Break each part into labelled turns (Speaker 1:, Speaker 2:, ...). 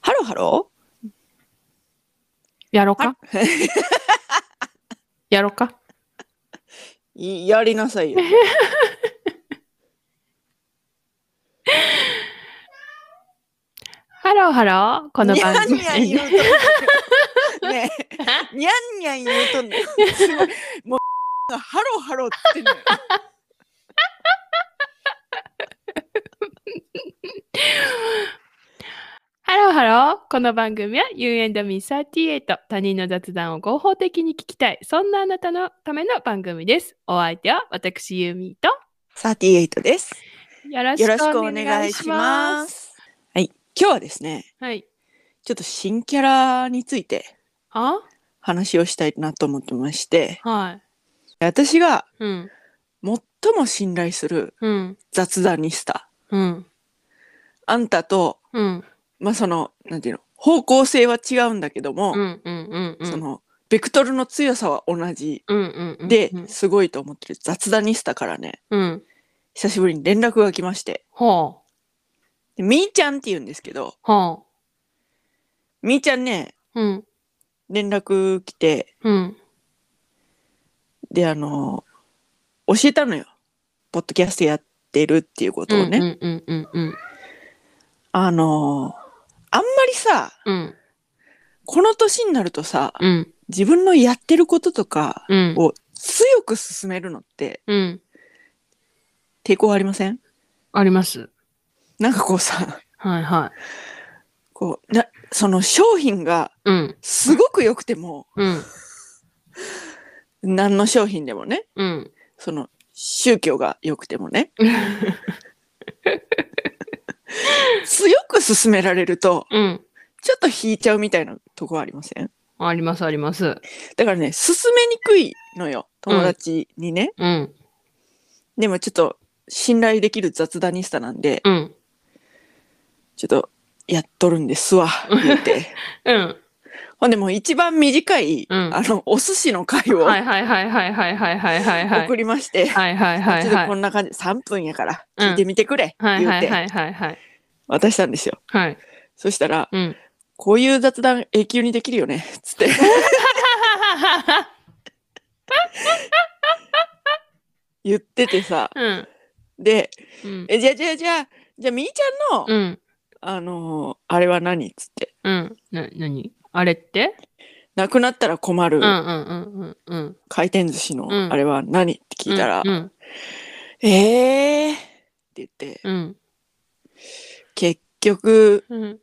Speaker 1: ハロ
Speaker 2: やろうかやろうか
Speaker 1: ーい やりなさいよ。
Speaker 2: ハローハローこの
Speaker 1: にゃ
Speaker 2: 番
Speaker 1: ん
Speaker 2: 組
Speaker 1: にゃん言うとん ねん。ねえ、にゃんにゃん言うとんねん。すごい。もう、がハローハローって言ってんのよ。
Speaker 2: ハローハローこの番組は You and me38 他人の雑談を合法的に聞きたいそんなあなたのための番組ですお相手は私ユーミーと
Speaker 1: 38です。
Speaker 2: よろ
Speaker 1: よろし
Speaker 2: しく
Speaker 1: く
Speaker 2: お
Speaker 1: お
Speaker 2: 願
Speaker 1: 願
Speaker 2: い
Speaker 1: い
Speaker 2: し
Speaker 1: し
Speaker 2: ま
Speaker 1: ますす。はい。今日はですね、
Speaker 2: はい
Speaker 1: ちょっと新キャラについて
Speaker 2: あ
Speaker 1: 話をしたいなと思ってまして、
Speaker 2: はい
Speaker 1: 私が
Speaker 2: うん
Speaker 1: 最も信頼する
Speaker 2: うん
Speaker 1: 雑談にした。
Speaker 2: うん
Speaker 1: あんたと、
Speaker 2: うん
Speaker 1: まあ、その、なんていうの、方向性は違うんだけども、
Speaker 2: うんうんうんうん
Speaker 1: その、ベクトルの強さは同じ
Speaker 2: うんうんうん
Speaker 1: で、すごいと思ってる雑談ニスタからね、
Speaker 2: うん
Speaker 1: 久しぶりに連絡が来まして、
Speaker 2: ほう
Speaker 1: でみーちゃんって言うんですけど、
Speaker 2: ほ
Speaker 1: みーちゃんね、
Speaker 2: ううん
Speaker 1: 連絡来て、
Speaker 2: うん
Speaker 1: で、あの、教えたのよ。ポッドキャストやってるっていうことをね。
Speaker 2: うんうんうんうん
Speaker 1: あの、あんまりさ、
Speaker 2: うん
Speaker 1: この年になるとさ、
Speaker 2: うん
Speaker 1: 自分のやってることとか
Speaker 2: うん
Speaker 1: を強く進めるのって
Speaker 2: うん
Speaker 1: 抵抗ありません
Speaker 2: あります
Speaker 1: なんかこうさ、
Speaker 2: はいはい
Speaker 1: こう、な、その商品が
Speaker 2: うん
Speaker 1: すごく良くても、
Speaker 2: うん
Speaker 1: 何の商品でもね、
Speaker 2: うん
Speaker 1: その宗教が良くても ね、強く進められると、
Speaker 2: うん
Speaker 1: ちょっと引いちゃうみたいなとこありません
Speaker 2: ありますあります
Speaker 1: だからね、進めにくいのよ、友達にね。
Speaker 2: うん
Speaker 1: でもちょっと信頼できる雑談ニスタなんで、
Speaker 2: うん
Speaker 1: ちょっとやっとるんですわ、言 って。
Speaker 2: うん
Speaker 1: ほんでもう一番短い、
Speaker 2: うん
Speaker 1: あの、お寿司の回を
Speaker 2: はいはいはいはいはいはいはいはいはい
Speaker 1: 送りまして、
Speaker 2: はいはいはい
Speaker 1: ちょっ
Speaker 2: は
Speaker 1: と
Speaker 2: い
Speaker 1: こんな感じ、3分やから
Speaker 2: うん
Speaker 1: 聞いてみてくれ、
Speaker 2: はい
Speaker 1: 言
Speaker 2: は
Speaker 1: っ
Speaker 2: い
Speaker 1: て
Speaker 2: はいはいはい
Speaker 1: 渡したんですよ。
Speaker 2: はい
Speaker 1: そしたら、
Speaker 2: うん
Speaker 1: こういう雑談永久にできるよね、つって。 言っててさ、
Speaker 2: うん
Speaker 1: で、
Speaker 2: うん
Speaker 1: え、じゃあじゃあじゃあ、じゃあみーちゃんの、
Speaker 2: うん
Speaker 1: あのーあれは何つって。
Speaker 2: うんな何あれって
Speaker 1: なくなったら困る
Speaker 2: うんうんうんうんうん
Speaker 1: 回転寿司の
Speaker 2: うん
Speaker 1: あれは何って聞いたら、
Speaker 2: うん
Speaker 1: えーって言って、
Speaker 2: うん
Speaker 1: 結局、
Speaker 2: うん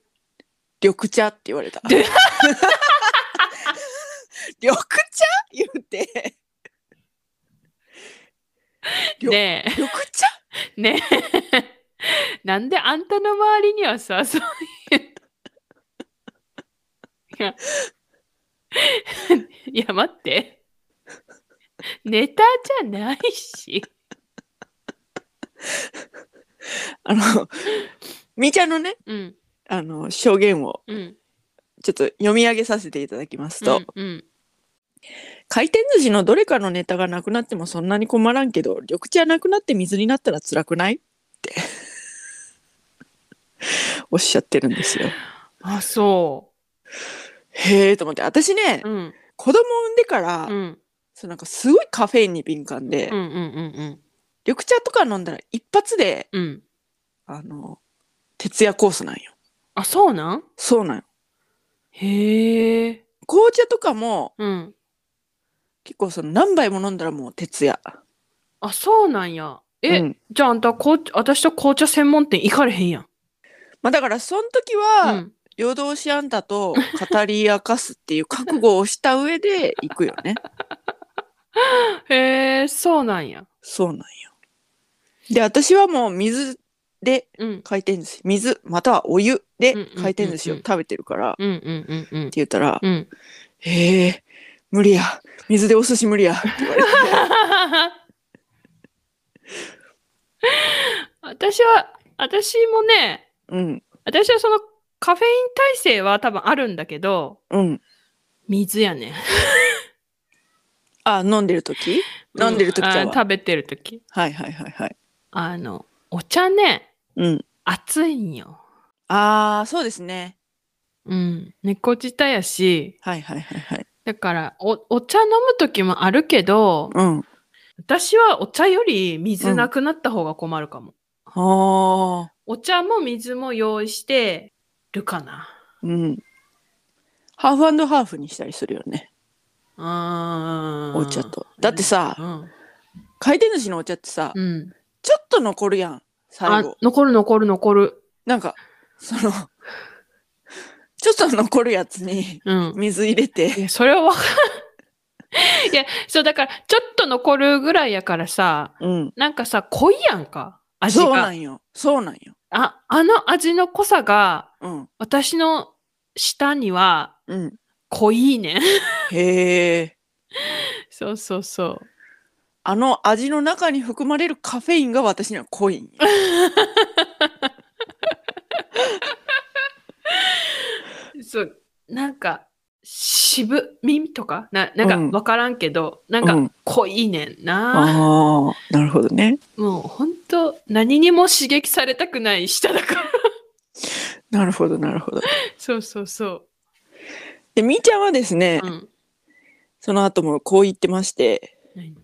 Speaker 1: 緑茶って言われ た。緑茶言うて。りょ
Speaker 2: ね
Speaker 1: 緑茶
Speaker 2: えね えなんであんたの周りにはさそういういや いや待ってネタじゃないし
Speaker 1: あの、みーちゃんのね、
Speaker 2: うん
Speaker 1: あの、証言を
Speaker 2: うん
Speaker 1: ちょっと読み上げさせていただきますと、
Speaker 2: うんうん
Speaker 1: 回転寿司のどれかのネタがなくなってもそんなに困らんけど、緑茶なくなって水になったら辛くないって おっしゃってるんですよ。
Speaker 2: あそ
Speaker 1: へえと思って、私ね、
Speaker 2: ううん
Speaker 1: 子供産んでから、
Speaker 2: うん
Speaker 1: そうなんかすごいカフェインに敏感で、
Speaker 2: うんうんうん
Speaker 1: 緑茶とか飲んだら一発で、
Speaker 2: うんうん
Speaker 1: あの、徹夜コースなんよ。
Speaker 2: あそうなん
Speaker 1: そうなんよ。
Speaker 2: へえ
Speaker 1: 紅茶とかも
Speaker 2: うん
Speaker 1: 結構その何杯も飲んだらもう徹夜。
Speaker 2: あそうなんやえ、
Speaker 1: うん
Speaker 2: じゃああんた紅茶私と紅茶専門店行かれへんやん
Speaker 1: まあだからその時は、
Speaker 2: うん
Speaker 1: 夜通しあんたと語り明かすっていう覚悟をした上で行くよ ね。
Speaker 2: へえそうなんや
Speaker 1: そうなんよ。で、私はもう水で
Speaker 2: うん
Speaker 1: 回転寿司、水またはお湯で
Speaker 2: うんうんうんうん
Speaker 1: 回転寿司を食べてるから、っ
Speaker 2: うんうんうんうん
Speaker 1: て言ったら、
Speaker 2: うん
Speaker 1: へえ、無理や。水でお寿司無理 や。って言われて。
Speaker 2: 私は私もね
Speaker 1: うん、
Speaker 2: 私はそのカフェイン耐性は多分あるんだけど
Speaker 1: うん。
Speaker 2: 水やね
Speaker 1: あ、飲んでる時飲んでる時ちゃう
Speaker 2: うんあ
Speaker 1: わ
Speaker 2: 食べてる時
Speaker 1: はいはいはいはい。
Speaker 2: あのお茶ね
Speaker 1: うん。
Speaker 2: 熱いんよ
Speaker 1: ああ、そうですね。
Speaker 2: うん。猫舌やし、
Speaker 1: はいはいはいはい。
Speaker 2: だから、お、お茶飲むときもあるけど、
Speaker 1: うん。
Speaker 2: 私はお茶より水なくなった方が困るかも。
Speaker 1: ああ。
Speaker 2: お茶も水も用意してるかな。
Speaker 1: うん。ハーフハーフにしたりするよね。
Speaker 2: あー
Speaker 1: お茶。と。だってさ、
Speaker 2: うん。
Speaker 1: 回転寿司のお茶ってさ、
Speaker 2: うん。
Speaker 1: ちょっと残るやん。最
Speaker 2: あ
Speaker 1: 後。、
Speaker 2: 残る残る残る。
Speaker 1: なんか、その、 ちょっと残るやつに
Speaker 2: うん。
Speaker 1: 水入れ
Speaker 2: い
Speaker 1: て。
Speaker 2: や、それはわかんいや、 そう、だから、ちょっと残るぐらいやからさ、
Speaker 1: うん。
Speaker 2: なんかさ、濃いやんか。味
Speaker 1: そうな
Speaker 2: が。
Speaker 1: んよ。そうなんよ。
Speaker 2: あ、あの味の濃さが、
Speaker 1: うん。
Speaker 2: 私の舌には
Speaker 1: うん。
Speaker 2: 濃いね。
Speaker 1: へえ。
Speaker 2: そうそうそう。
Speaker 1: あの味の中に含まれるカフェインが私には濃いんよ。
Speaker 2: そうなんか渋みとかななんか
Speaker 1: うん
Speaker 2: 分からんけど、
Speaker 1: う
Speaker 2: なん
Speaker 1: ん
Speaker 2: か濃いねんな、
Speaker 1: ああ、なるほどね。
Speaker 2: もうほんと何にも刺激されたくない舌だから
Speaker 1: なるほど、なるほど。
Speaker 2: そうそうそ
Speaker 1: で、みーちゃんはですね、
Speaker 2: う、うん、
Speaker 1: その後もこう言ってまして、
Speaker 2: 何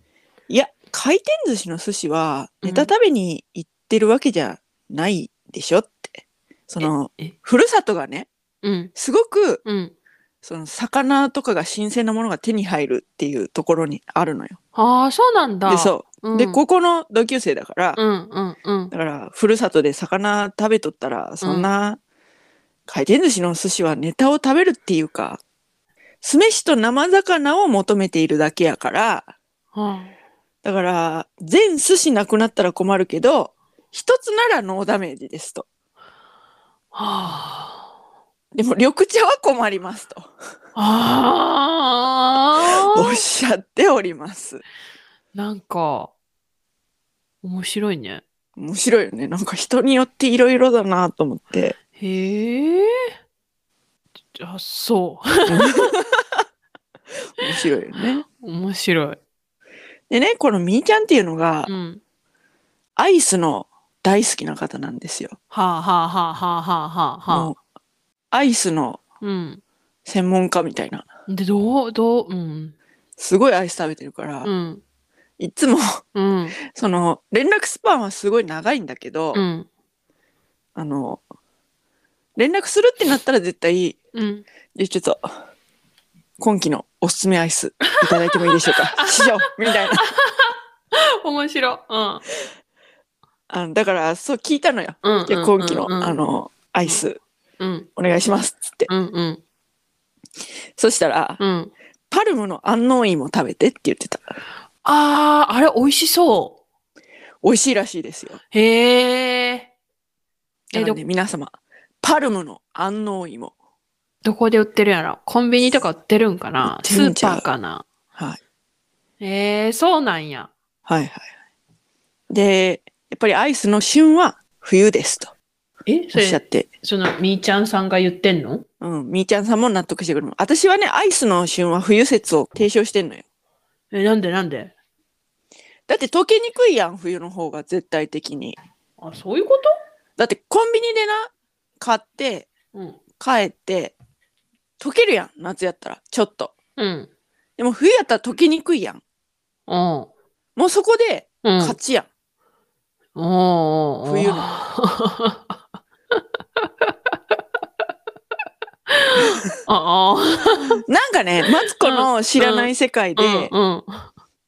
Speaker 1: いや、回転寿司の寿司は
Speaker 2: うん
Speaker 1: ネタ食べに行ってるわけじゃないでしょって。その
Speaker 2: ええ、
Speaker 1: ふるさとがね、
Speaker 2: うん
Speaker 1: すごく、
Speaker 2: うん
Speaker 1: その、魚とかが新鮮なものが手に入るっていうところにあるのよ。
Speaker 2: ああそうなんだ、
Speaker 1: で、そうう。
Speaker 2: ん、
Speaker 1: で、ここの同級生だから、
Speaker 2: うんうんうん
Speaker 1: だから、ふるさとで魚食べとったら、そんな、回転寿司の寿司はネタを食べるっていうか、酢飯と生魚を求めているだけやから、
Speaker 2: は
Speaker 1: だから、全寿司なくなったら困るけど、一つならノーダメージですと。
Speaker 2: あは
Speaker 1: でも、緑茶は困りますと。
Speaker 2: ああ
Speaker 1: お
Speaker 2: ー
Speaker 1: っしゃっております。
Speaker 2: なんか面白いね
Speaker 1: 面白いよね。なんか人によっていろいろだなと思って。
Speaker 2: へえあそう
Speaker 1: 面白いよね。
Speaker 2: 面白い
Speaker 1: でね、このみーちゃんっていうのが、
Speaker 2: うん
Speaker 1: アイスの大好きな方なんですよ。
Speaker 2: はあはあはあはあはあはあ
Speaker 1: も
Speaker 2: はあ
Speaker 1: うアイスの
Speaker 2: うん。
Speaker 1: 専門家みたいな。
Speaker 2: で、どう、どう、うん。
Speaker 1: すごいアイス食べてるから、
Speaker 2: うん。
Speaker 1: いつも、
Speaker 2: うん。
Speaker 1: その、連絡スパンはすごい長いんだけど、
Speaker 2: うん。
Speaker 1: あの、連絡するってなったら絶対、
Speaker 2: うん。
Speaker 1: でちょっと、今期のおすすめアイスいただいてもいいでしょう か師匠みたいな。
Speaker 2: 面白い。うん。
Speaker 1: あのだから、そう聞いたのよ。
Speaker 2: うん。
Speaker 1: じゃあ今期の、
Speaker 2: うん
Speaker 1: あ、の、アイス
Speaker 2: うん。
Speaker 1: お願いしますっつって。
Speaker 2: うん。うん。
Speaker 1: そしたら、
Speaker 2: うん。
Speaker 1: パルムの安納芋食べてって言ってた。
Speaker 2: あー、あれ、美味しそう。
Speaker 1: 美味しいらしいですよ。
Speaker 2: へえ。
Speaker 1: な
Speaker 2: え、
Speaker 1: の
Speaker 2: ど
Speaker 1: で、、皆様、パルムの安納芋。
Speaker 2: どこで売ってるんやろコンビニとか売ってるんかな
Speaker 1: 売って
Speaker 2: ス
Speaker 1: るん
Speaker 2: ー
Speaker 1: ちゃう
Speaker 2: パーかな
Speaker 1: はい。
Speaker 2: えー、そうなんや。
Speaker 1: はいはいはい。で、やっぱりアイスの旬は冬ですと
Speaker 2: えそ
Speaker 1: おっしゃっ
Speaker 2: れ、
Speaker 1: て、
Speaker 2: その、みーちゃんさんが言ってんの
Speaker 1: うん、みーちゃんさんも納得してくれる。私はね、アイスの旬は冬説を提唱してんのよ。
Speaker 2: え、なんでなんで
Speaker 1: だって溶けにくいやん、冬の方が絶対的に。
Speaker 2: あ、そういうこ
Speaker 1: だってコンビニでな、買って、
Speaker 2: とうん。
Speaker 1: 帰って、溶けるやん、夏やったら、ちょっと。
Speaker 2: うん。
Speaker 1: でも冬やったら溶けにくいやん。
Speaker 2: うん。
Speaker 1: もうそこで
Speaker 2: うん。
Speaker 1: 勝ちやん。
Speaker 2: おーおーおー
Speaker 1: 冬の
Speaker 2: ああ。
Speaker 1: なんかね、マツコの知らない世界で、
Speaker 2: うん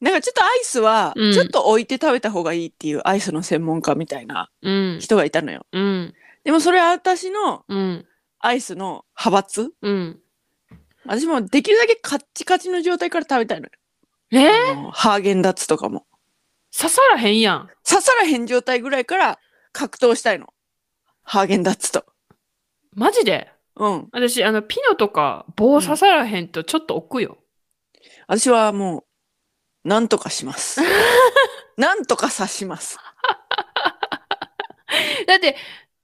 Speaker 1: なんかちょっとアイスは、
Speaker 2: うん
Speaker 1: ちょっと置いて食べた方がいいっていうアイスの専門家みたいな
Speaker 2: うん。
Speaker 1: 人がいたのよ。
Speaker 2: うん。
Speaker 1: でもそれは私の
Speaker 2: うん。
Speaker 1: アイスの派閥
Speaker 2: うん。
Speaker 1: 私もできるだけカッチカチの状態から食べたいのよ。
Speaker 2: えー
Speaker 1: あのハーゲンダッツとかも。
Speaker 2: 刺さらへんやん。
Speaker 1: 刺さらへん状態ぐらいから格闘したいの。ハーゲンダッツと。
Speaker 2: マジで
Speaker 1: うん。
Speaker 2: 私、あの、ピノとか棒刺さらへんとちょっと置くよ。
Speaker 1: 私はもう、なんとかします。 なんとか刺します。
Speaker 2: だって、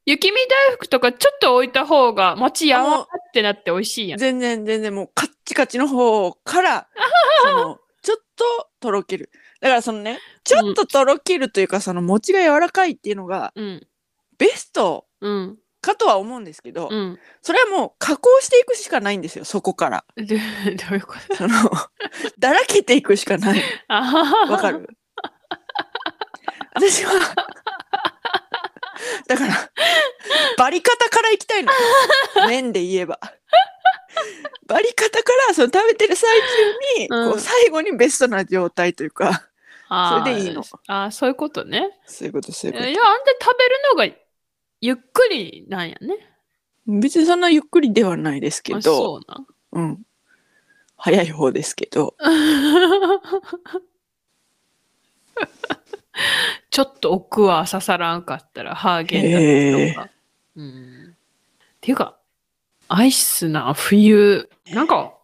Speaker 2: 雪見大福とかちょっと置いた方が餅やわってなって美味しいやん。
Speaker 1: 全然全然もうカッチカチの方から そのちょっととろけるだからそのねちょっととろけるというかその餅が柔らかいっていうのが
Speaker 2: うん。
Speaker 1: ベスト
Speaker 2: うん。
Speaker 1: かとは思うんですけど、
Speaker 2: うん。
Speaker 1: それはもう加工していくしかないんですよ、そこから。
Speaker 2: どどういうこと
Speaker 1: その、だらけていくしかない。
Speaker 2: ああ。
Speaker 1: わか。る私は、だから、バリ方からいきたいの。麺で言えば。バリ方から、その食べてる最中に、
Speaker 2: うん
Speaker 1: こう最後にベストな状態というか、
Speaker 2: あー
Speaker 1: それでいいの。
Speaker 2: ああ、そういうことね。
Speaker 1: そういうこと、そう
Speaker 2: い
Speaker 1: いう
Speaker 2: や、
Speaker 1: こ
Speaker 2: あ
Speaker 1: と
Speaker 2: んた食べるのがゆっくりなんやね。。
Speaker 1: 別にそんなゆっくりではないですけ
Speaker 2: あ
Speaker 1: ど、
Speaker 2: そうなん。
Speaker 1: うん。早い方ですけど、
Speaker 2: ちょっと奥は刺さらんかったらハーゲンダッツとか。うん、っていうかアイスな冬なんか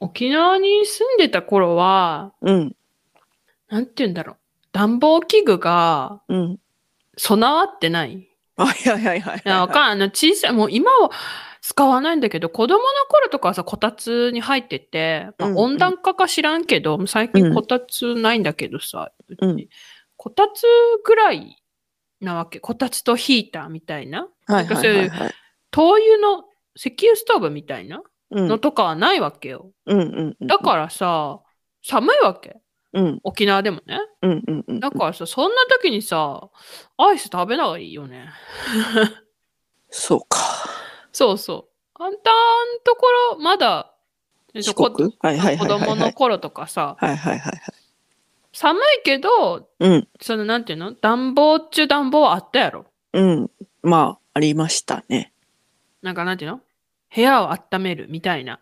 Speaker 2: 沖縄に住んでた頃は
Speaker 1: うん、
Speaker 2: なんて言うんだろう暖房器具が
Speaker 1: うん。
Speaker 2: 備わってない。い
Speaker 1: あ、はいはいはいはい。
Speaker 2: やわか んないあの小さいもう今は使わないんだけど子供の頃とかはさこたつに入ってて、まあ
Speaker 1: うんうん
Speaker 2: 温暖化か知らんけど、最
Speaker 1: う
Speaker 2: 近
Speaker 1: ん
Speaker 2: こたつないんだけどさ、うち
Speaker 1: うん
Speaker 2: こたつぐらいなわけこたつとヒーターみたいな
Speaker 1: はい
Speaker 2: なんか
Speaker 1: は
Speaker 2: そう
Speaker 1: い
Speaker 2: い
Speaker 1: は
Speaker 2: う
Speaker 1: いはい。
Speaker 2: 灯油の石油ストーブみたいな
Speaker 1: うん、う
Speaker 2: の
Speaker 1: ん、
Speaker 2: とかはないわけよ、
Speaker 1: うんうん。
Speaker 2: だからさ寒いわけ
Speaker 1: ら、うん、
Speaker 2: 沖縄でもね
Speaker 1: うん、うん、うん。
Speaker 2: だからさそんな時にさアイス食べない方がいいよね
Speaker 1: そうか。
Speaker 2: そうそう。あんたんところ、まだ、
Speaker 1: 四
Speaker 2: こ
Speaker 1: 国はいはい
Speaker 2: 子
Speaker 1: はいはい
Speaker 2: 供
Speaker 1: は
Speaker 2: の
Speaker 1: い。
Speaker 2: 頃とかさ、
Speaker 1: はいはいはいはい。
Speaker 2: 寒いけど、
Speaker 1: うん、
Speaker 2: その、なんていうの暖房っちゅう暖房はあったやろ。
Speaker 1: うん。まあ、ありましたね。
Speaker 2: なんか、なんていうの部屋を温めるみたいな。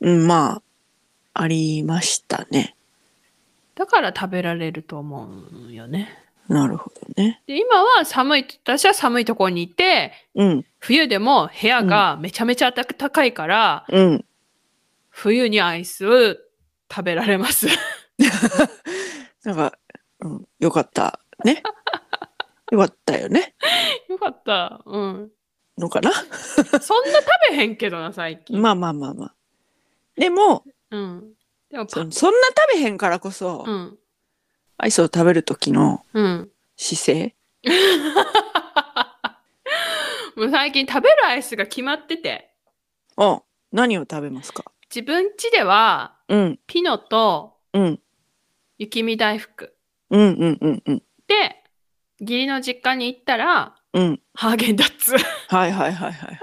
Speaker 1: うん、まあ、ありましたね。
Speaker 2: だから食べられると思うんよね。
Speaker 1: なるほどね。
Speaker 2: で、今は寒い、私は寒いところにいて、
Speaker 1: うん、
Speaker 2: 冬でも部屋がめちゃめちゃ暖かいから、
Speaker 1: うん。
Speaker 2: 冬にアイスを食べられます。
Speaker 1: なんか、うん、よかった ね。よかったよね。
Speaker 2: よかった。うん。
Speaker 1: のかな
Speaker 2: そんな食べへんけどな、最近。
Speaker 1: まあまあまあまあ。でも、
Speaker 2: うん。でもパ
Speaker 1: そそんな食べへんからこそ、
Speaker 2: うん。
Speaker 1: アイスを食べる時の
Speaker 2: うん。
Speaker 1: 姿勢。
Speaker 2: もう最近食べるアイスが決まってて、
Speaker 1: うん。何を食べますか
Speaker 2: 自分家では
Speaker 1: うん、
Speaker 2: ピノと
Speaker 1: うん、
Speaker 2: 雪見大福。
Speaker 1: うん、うん、うん、うん。
Speaker 2: で、義理の実家に行ったら
Speaker 1: うん。
Speaker 2: ハーゲンダッツ。
Speaker 1: はいはいはいはいはい。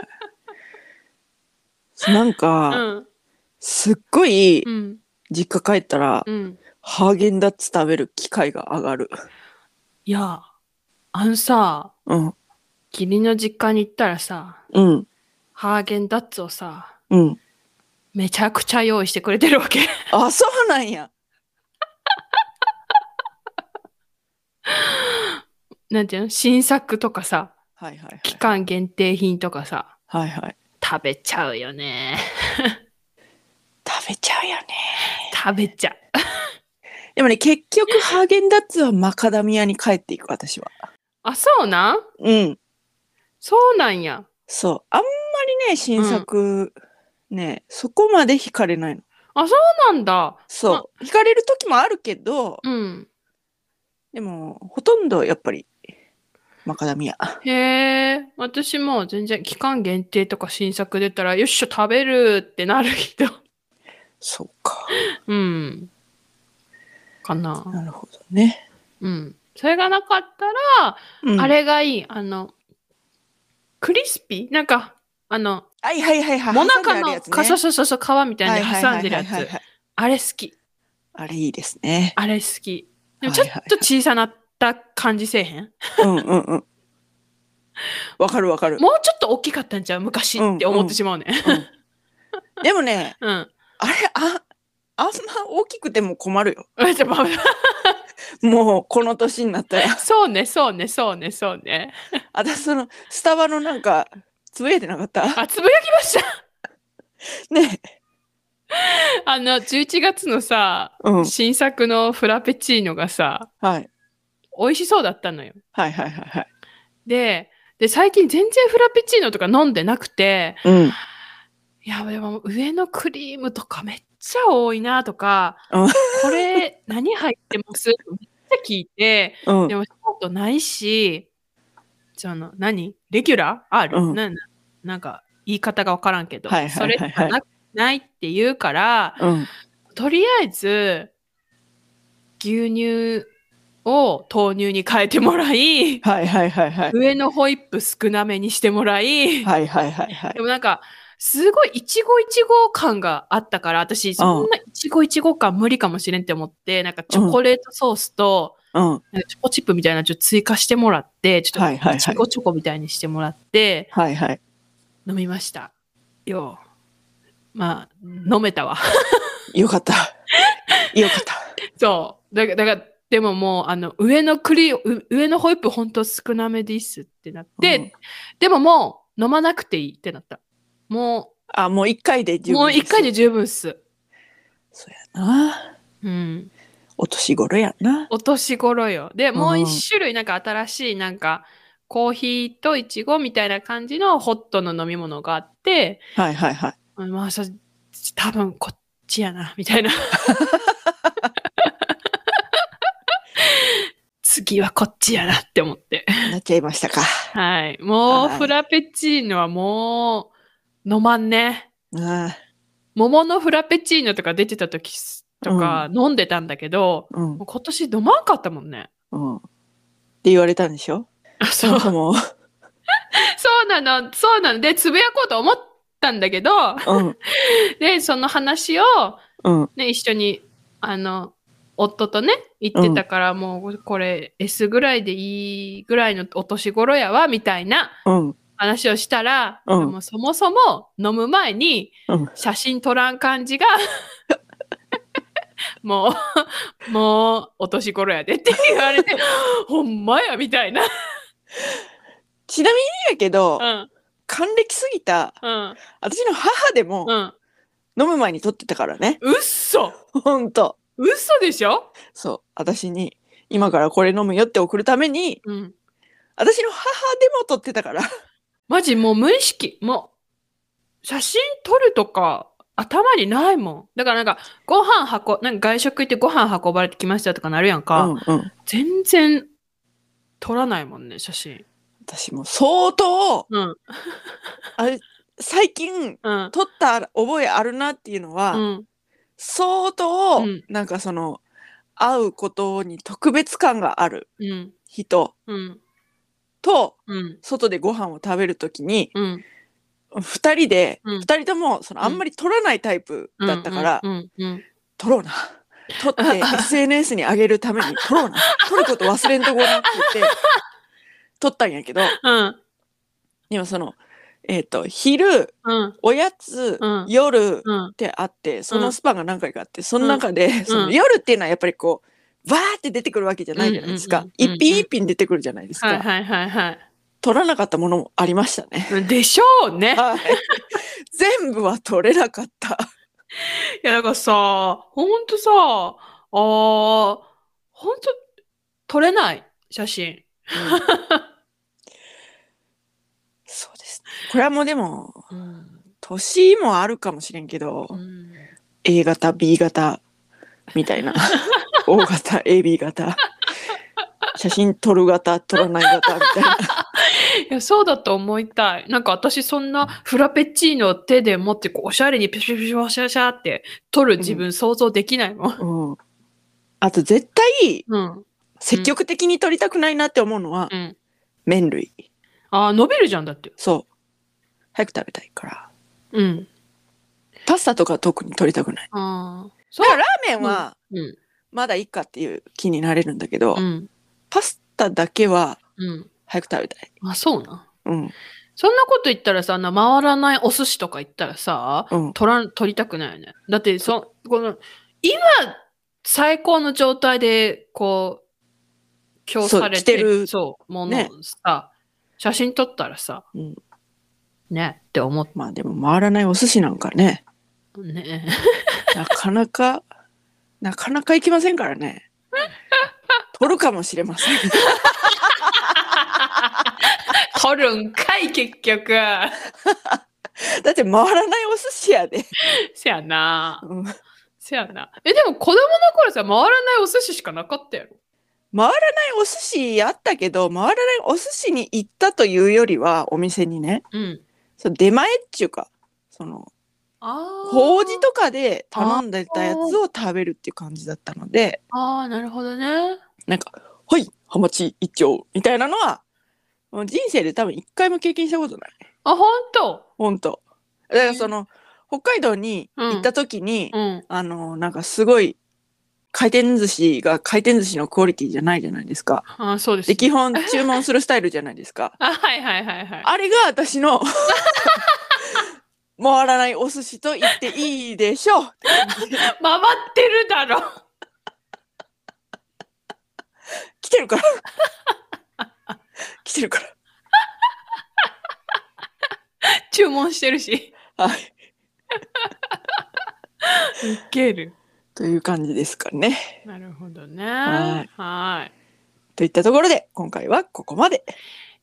Speaker 1: なん
Speaker 2: う
Speaker 1: か、
Speaker 2: ん。
Speaker 1: すっごい
Speaker 2: うん。
Speaker 1: 実家帰ったら、
Speaker 2: うん。
Speaker 1: ハーゲンダッツ食べる機会が上がる。
Speaker 2: いや、あのさ、
Speaker 1: うん、
Speaker 2: 義理の実家に行ったらさ、
Speaker 1: うん、
Speaker 2: ハーゲンダッツをさ、
Speaker 1: うん。
Speaker 2: めちゃくちゃ用意してくれてるわけ。
Speaker 1: あ、そうなんや。
Speaker 2: なんていうの新作とかさ、
Speaker 1: はいはいはい。
Speaker 2: 期間限定品とかさ、
Speaker 1: はいはい。
Speaker 2: 食べちゃうよね。
Speaker 1: 食べちゃうよね。
Speaker 2: 食べちゃう。
Speaker 1: でもね、結局、ハーゲンダッツはマカダミアに帰っていく、私は。
Speaker 2: あ、そうなん
Speaker 1: うん。
Speaker 2: そうなんや。
Speaker 1: そう。あんまりね、新作、ね、そこまで惹かれないの。
Speaker 2: あ、そうなんだ。
Speaker 1: そう。惹かれる時もあるけど、
Speaker 2: うん。
Speaker 1: でも、ほとんどやっぱり、マカダミア。
Speaker 2: へえ。私も全然期間限定とか新作出たら、よっしょ、食べるってなるけど。
Speaker 1: そうか。
Speaker 2: うん。かな。
Speaker 1: なるほどね。
Speaker 2: うん。それがなかったら、
Speaker 1: うん
Speaker 2: あれがいい。あの、クリスピーなんか、あの、
Speaker 1: はいはいはいはい。
Speaker 2: もな
Speaker 1: 挟ん
Speaker 2: か
Speaker 1: である
Speaker 2: の、
Speaker 1: やつね
Speaker 2: かそうそうそうそう、皮みたいに
Speaker 1: はい
Speaker 2: 挟んでる
Speaker 1: は
Speaker 2: や
Speaker 1: いはいはい
Speaker 2: つ
Speaker 1: はい。
Speaker 2: あれ好き。
Speaker 1: あれいいですね。
Speaker 2: あれ好き。でも
Speaker 1: はいは
Speaker 2: ちょ
Speaker 1: い
Speaker 2: っ
Speaker 1: はい
Speaker 2: と小さなった感じせえへん、
Speaker 1: うんうんうん。わかるわかる。
Speaker 2: もうちょっと大きかったんちゃう昔って思ってしまうね。
Speaker 1: でもね、
Speaker 2: うん。
Speaker 1: あれ、あ、あんま大きくても困るよ。
Speaker 2: うん、 じゃあまあ
Speaker 1: もうこの年になった ら。
Speaker 2: そうね、そうね、そうね、そうね。
Speaker 1: あたその、スタバのなんか、つぶやいてなかった
Speaker 2: あ、つぶやきました。
Speaker 1: ね。
Speaker 2: あの、11月のさ、
Speaker 1: うん。はい。
Speaker 2: 新作のフラペチーノがさ、
Speaker 1: はい
Speaker 2: 美味しそうだったのよ。
Speaker 1: はいはいはい。
Speaker 2: で、で、最近全然フラペチーノとか飲んでなくて、
Speaker 1: うん。
Speaker 2: いや、でも上のクリームとかめっちゃ多いなとか、
Speaker 1: うん
Speaker 2: これ何入ってますめっちゃ聞いて、
Speaker 1: うん
Speaker 2: で。もショートないし、その、何レギュラーある、
Speaker 1: うん
Speaker 2: なななんか、言い方がわからんけど、
Speaker 1: はいはいはいはい
Speaker 2: それしかなないって言うから、
Speaker 1: うん。
Speaker 2: とりあえず、牛乳を豆乳に変えてもらい、
Speaker 1: はいはいはいはい。
Speaker 2: 上のホイップ少なめにしてもらい、
Speaker 1: はいはいはいは
Speaker 2: で
Speaker 1: い。
Speaker 2: もなんか、すごいいちごいちご感があったから、私、そんないちごいちご感無理かもしれんって思って、なんかチョコレートソースと、
Speaker 1: うん。はい
Speaker 2: なんかチョコチップみたいなのちょっと追加してもらって、ちょっ
Speaker 1: はいは
Speaker 2: と
Speaker 1: い
Speaker 2: いち。ごチョコみたいにしてもらって、
Speaker 1: はいはい。
Speaker 2: 飲みました。よう。まあ、飲めたわ。
Speaker 1: よかった。よかった。
Speaker 2: そう。だから、だからでももう、あの、上の栗を、う上のホイップほんと少なめですってなって、
Speaker 1: うん
Speaker 2: でももう飲まなくていいってなった。も
Speaker 1: あ、もう一回で
Speaker 2: う、
Speaker 1: 十分。
Speaker 2: もう一回。で十分っす。
Speaker 1: そうやな。
Speaker 2: うん。
Speaker 1: お年頃やな。
Speaker 2: お年頃よ。で、もう
Speaker 1: うん
Speaker 2: 一種類なんか新しいなんか、コーヒーとイチゴみたいな感じのホットの飲み物があって、
Speaker 1: はいはいはい。
Speaker 2: うんまあ、そ多分こっちやな、みた いな。次はこっちやなって思って。
Speaker 1: なっちゃいましたか。
Speaker 2: はい。もう、
Speaker 1: はい
Speaker 2: フラペチーノはもう、飲まんね。
Speaker 1: あ
Speaker 2: 桃のフラペチーノとか出てた時とか飲んでたんだけど、
Speaker 1: ーうん
Speaker 2: もう今年飲まんかったもんね。
Speaker 1: うん。って言われたんでしょ
Speaker 2: あ
Speaker 1: そ
Speaker 2: そう
Speaker 1: も。そも。
Speaker 2: そうなの、そうなの。で、つぶやこうと思ったんだけど、
Speaker 1: うん。
Speaker 2: で、その話を、
Speaker 1: うん。
Speaker 2: ね、一緒に、あの、夫とね、行ってたから、もう、これ、S ぐらいでいいぐらいのお年頃やわ、みたいな
Speaker 1: うん。
Speaker 2: 話をしたら、
Speaker 1: うん
Speaker 2: でもそもそも飲む前に
Speaker 1: うん、
Speaker 2: 写真撮らん感じが、 もう、もう、お年頃やでって言わ れて、ほんまや、みたいな。
Speaker 1: ちなみにやけど
Speaker 2: う、ん、
Speaker 1: 還暦すぎた、
Speaker 2: うん、
Speaker 1: 私の母でも
Speaker 2: う、ん。
Speaker 1: 飲む前に撮ってたからね。
Speaker 2: うっそ
Speaker 1: ほんと。
Speaker 2: 嘘でしょ
Speaker 1: そう。私に、今からこれ飲むよって送るために、
Speaker 2: うん。
Speaker 1: 私の母でも撮ってたから。
Speaker 2: マジもう無意識、もう、写真撮るとか、頭にないもん。だからなんか、ご飯運、なんか外食行ってご飯運ばれてきましたとかなるやんか。
Speaker 1: うんうん。
Speaker 2: 全然、撮らないもんね、写真。
Speaker 1: 私も相当、
Speaker 2: うん、
Speaker 1: あれ、最近、
Speaker 2: うん、
Speaker 1: 撮った覚えあるなっていうのは、
Speaker 2: うん。
Speaker 1: 相当、
Speaker 2: うん
Speaker 1: なんかその、会うことに特別感がある
Speaker 2: うん、
Speaker 1: 人
Speaker 2: うん、
Speaker 1: と、
Speaker 2: うん、
Speaker 1: 外でご飯を食べるときに、
Speaker 2: うん。
Speaker 1: 二人で、
Speaker 2: うん
Speaker 1: 二人とも、その、あんまり撮らないタイプだったから、
Speaker 2: うん、うん。
Speaker 1: 撮ろうな。撮って SNS に上げるために撮ろうな。撮ること忘れんとこうなって言って、撮ったんやけど、
Speaker 2: うん、
Speaker 1: でもその、えっ、と、昼、
Speaker 2: うん、
Speaker 1: おやつ、
Speaker 2: うん
Speaker 1: 夜っ
Speaker 2: うん、
Speaker 1: てあって、そのスパンが何回かあって、その中で、そうの
Speaker 2: ん
Speaker 1: 夜っていうのはやっぱりこう、バーって出てくるわけじゃないじゃないです
Speaker 2: うん
Speaker 1: か
Speaker 2: うん。うんうん
Speaker 1: 一品一品出てくるじゃないですか。
Speaker 2: はいはいはいはい
Speaker 1: 撮らなかったものもありましたね。
Speaker 2: うん。でしょうね。
Speaker 1: はい。 全部は撮れなか った。
Speaker 2: いや、だからさ、ほんとさ、あー、ほんと、撮れない、写真。
Speaker 1: そうですね。これはもうでも、
Speaker 2: うん。
Speaker 1: 年もあるかもしれんけど、A 型 B 型み たいな O 型 AB 型写真撮る型撮らない型みたいない
Speaker 2: や、そうだと思いたい。なんか私そんなフラペチーノを手で持ってこうおしゃれにピシャピシャピシャピシャって撮る自分想像できないもん。、
Speaker 1: うん、あと絶対
Speaker 2: うん。
Speaker 1: 積極的に撮りたくないなって思うのは
Speaker 2: うん。
Speaker 1: 麺類
Speaker 2: ああ、伸びるじゃんだって。
Speaker 1: そう早く食べたいから
Speaker 2: うん。
Speaker 1: パスタとかは特に撮りたくない
Speaker 2: ああ。そ
Speaker 1: だからラーメンは
Speaker 2: う。うん。
Speaker 1: まだいいかっていう気になれるんだけど、
Speaker 2: うん。
Speaker 1: パスタだけは
Speaker 2: うん。
Speaker 1: 早く食べたい
Speaker 2: あ、そうな。
Speaker 1: うん
Speaker 2: そんなこと言ったらさ、あの回らないお寿司とか言ったらさ、
Speaker 1: うん
Speaker 2: 取らん、取りたくないよね。だって、そ、この、今、最高の状態で、こう、供され
Speaker 1: そう来て
Speaker 2: て
Speaker 1: る
Speaker 2: そう、もの
Speaker 1: ね
Speaker 2: をさ、写真撮ったらさ、
Speaker 1: うん
Speaker 2: ね、って思っ
Speaker 1: まあでも回らないお寿司なんか ね
Speaker 2: たね。
Speaker 1: なかなか、なかなか行きませんからね。取るかもしれませ ん。
Speaker 2: 撮るんかい、結局。
Speaker 1: だって回らないお寿司屋で。
Speaker 2: せやな。
Speaker 1: うん
Speaker 2: せやな。え、でも子供の頃さ、回らないお寿司しかなかったやろ。
Speaker 1: 回らないお寿司あったけど、回らないお寿司に行ったというよりは、お店にね、
Speaker 2: うん。
Speaker 1: その出前っていうか、その、
Speaker 2: ああ。
Speaker 1: ほうじとかで頼んでたやつを食べるっていう感じだったので、
Speaker 2: ああ、なるほどね。
Speaker 1: なんか、はい、ハマチ一丁みたいなのは、もう人生で多分一回も経験したことない。
Speaker 2: あ、ほんと
Speaker 1: ほんと。だからその、北海道に行った時に、
Speaker 2: うん。
Speaker 1: あの、なんかすごい、回転寿司が回転寿司のクオリティじゃないじゃないですか。
Speaker 2: ああ、そうです、
Speaker 1: で、基本注文するスタイルじゃないですか。
Speaker 2: あ、はいはいはいはい。
Speaker 1: あれが私 の回らないお寿司と言っていいでしょう。
Speaker 2: 回ってるだろ。
Speaker 1: 来てるから。 来てるか
Speaker 2: 注文してるし。
Speaker 1: ら。はい。
Speaker 2: いける。
Speaker 1: という感じですかね。
Speaker 2: なるほどね。
Speaker 1: は
Speaker 2: はいい。
Speaker 1: といったところで、今回はここまで。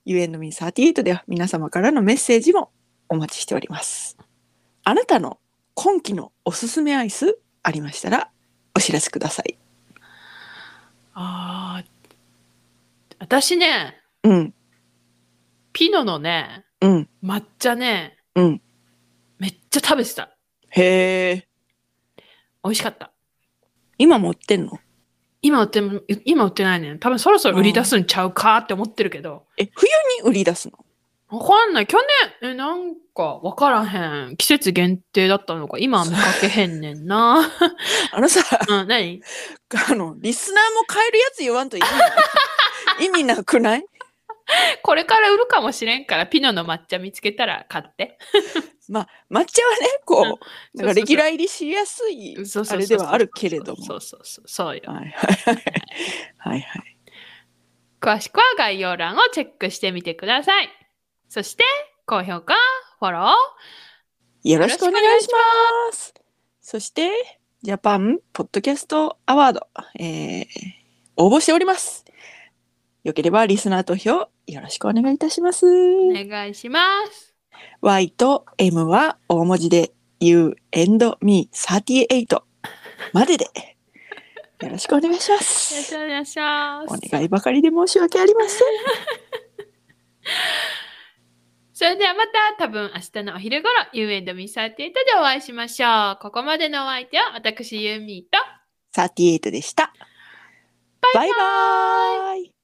Speaker 1: U&Me38 では皆様からのメッセージもお待ちしております。あなたの今期のおすすめアイスありましたらお知らせください。
Speaker 2: ああ。私ね、
Speaker 1: うん、
Speaker 2: ピノのね、
Speaker 1: うん、
Speaker 2: 抹茶ね、
Speaker 1: うん。
Speaker 2: めっちゃ食べてた。
Speaker 1: へえ。
Speaker 2: 美味しかった。
Speaker 1: 今持ってんの
Speaker 2: 今売っても、今売ってないね。多分そろそろ売り出すんちゃうかって思ってるけど。
Speaker 1: え、冬に売り出すの
Speaker 2: わかんない。去年、え、なんかわからへん。季節限定だったのか。今は見かけへんねんな。
Speaker 1: あのさ、
Speaker 2: うん、何
Speaker 1: あの、リスナーも買えるやつ言わんと意味ない。意味なくない
Speaker 2: これから売るかもしれんから、ピノの抹茶見つけたら買って。
Speaker 1: 抹茶はね、こう、
Speaker 2: うん
Speaker 1: なんか
Speaker 2: そうそうそう
Speaker 1: レギュラー入りしやすい
Speaker 2: そうそうそうそ
Speaker 1: あ
Speaker 2: う
Speaker 1: れではあるけれども。
Speaker 2: そうそうそう。そうよ。
Speaker 1: はいはいはい。はいはい。
Speaker 2: 詳しくは概要欄をチェックしてみてください。そして、高評価、フォロー、
Speaker 1: よろしくお願いします。そして、ジャパンポッドキャストアワード、えー、応募しております。よければリスナー投票よろしくお願いいたします。
Speaker 2: お願いします。
Speaker 1: Y と M は大文字で You and me38 まででよろしくお願いしま
Speaker 2: よろし
Speaker 1: す。
Speaker 2: くお願いしま
Speaker 1: お
Speaker 2: す。
Speaker 1: 願いばかりで申し訳ありません。
Speaker 2: それではまた多分明日のお昼頃 You and me38 でお会いしましょう。ここまでのお相手は私ユーミーと
Speaker 1: 38でした。バイバーイ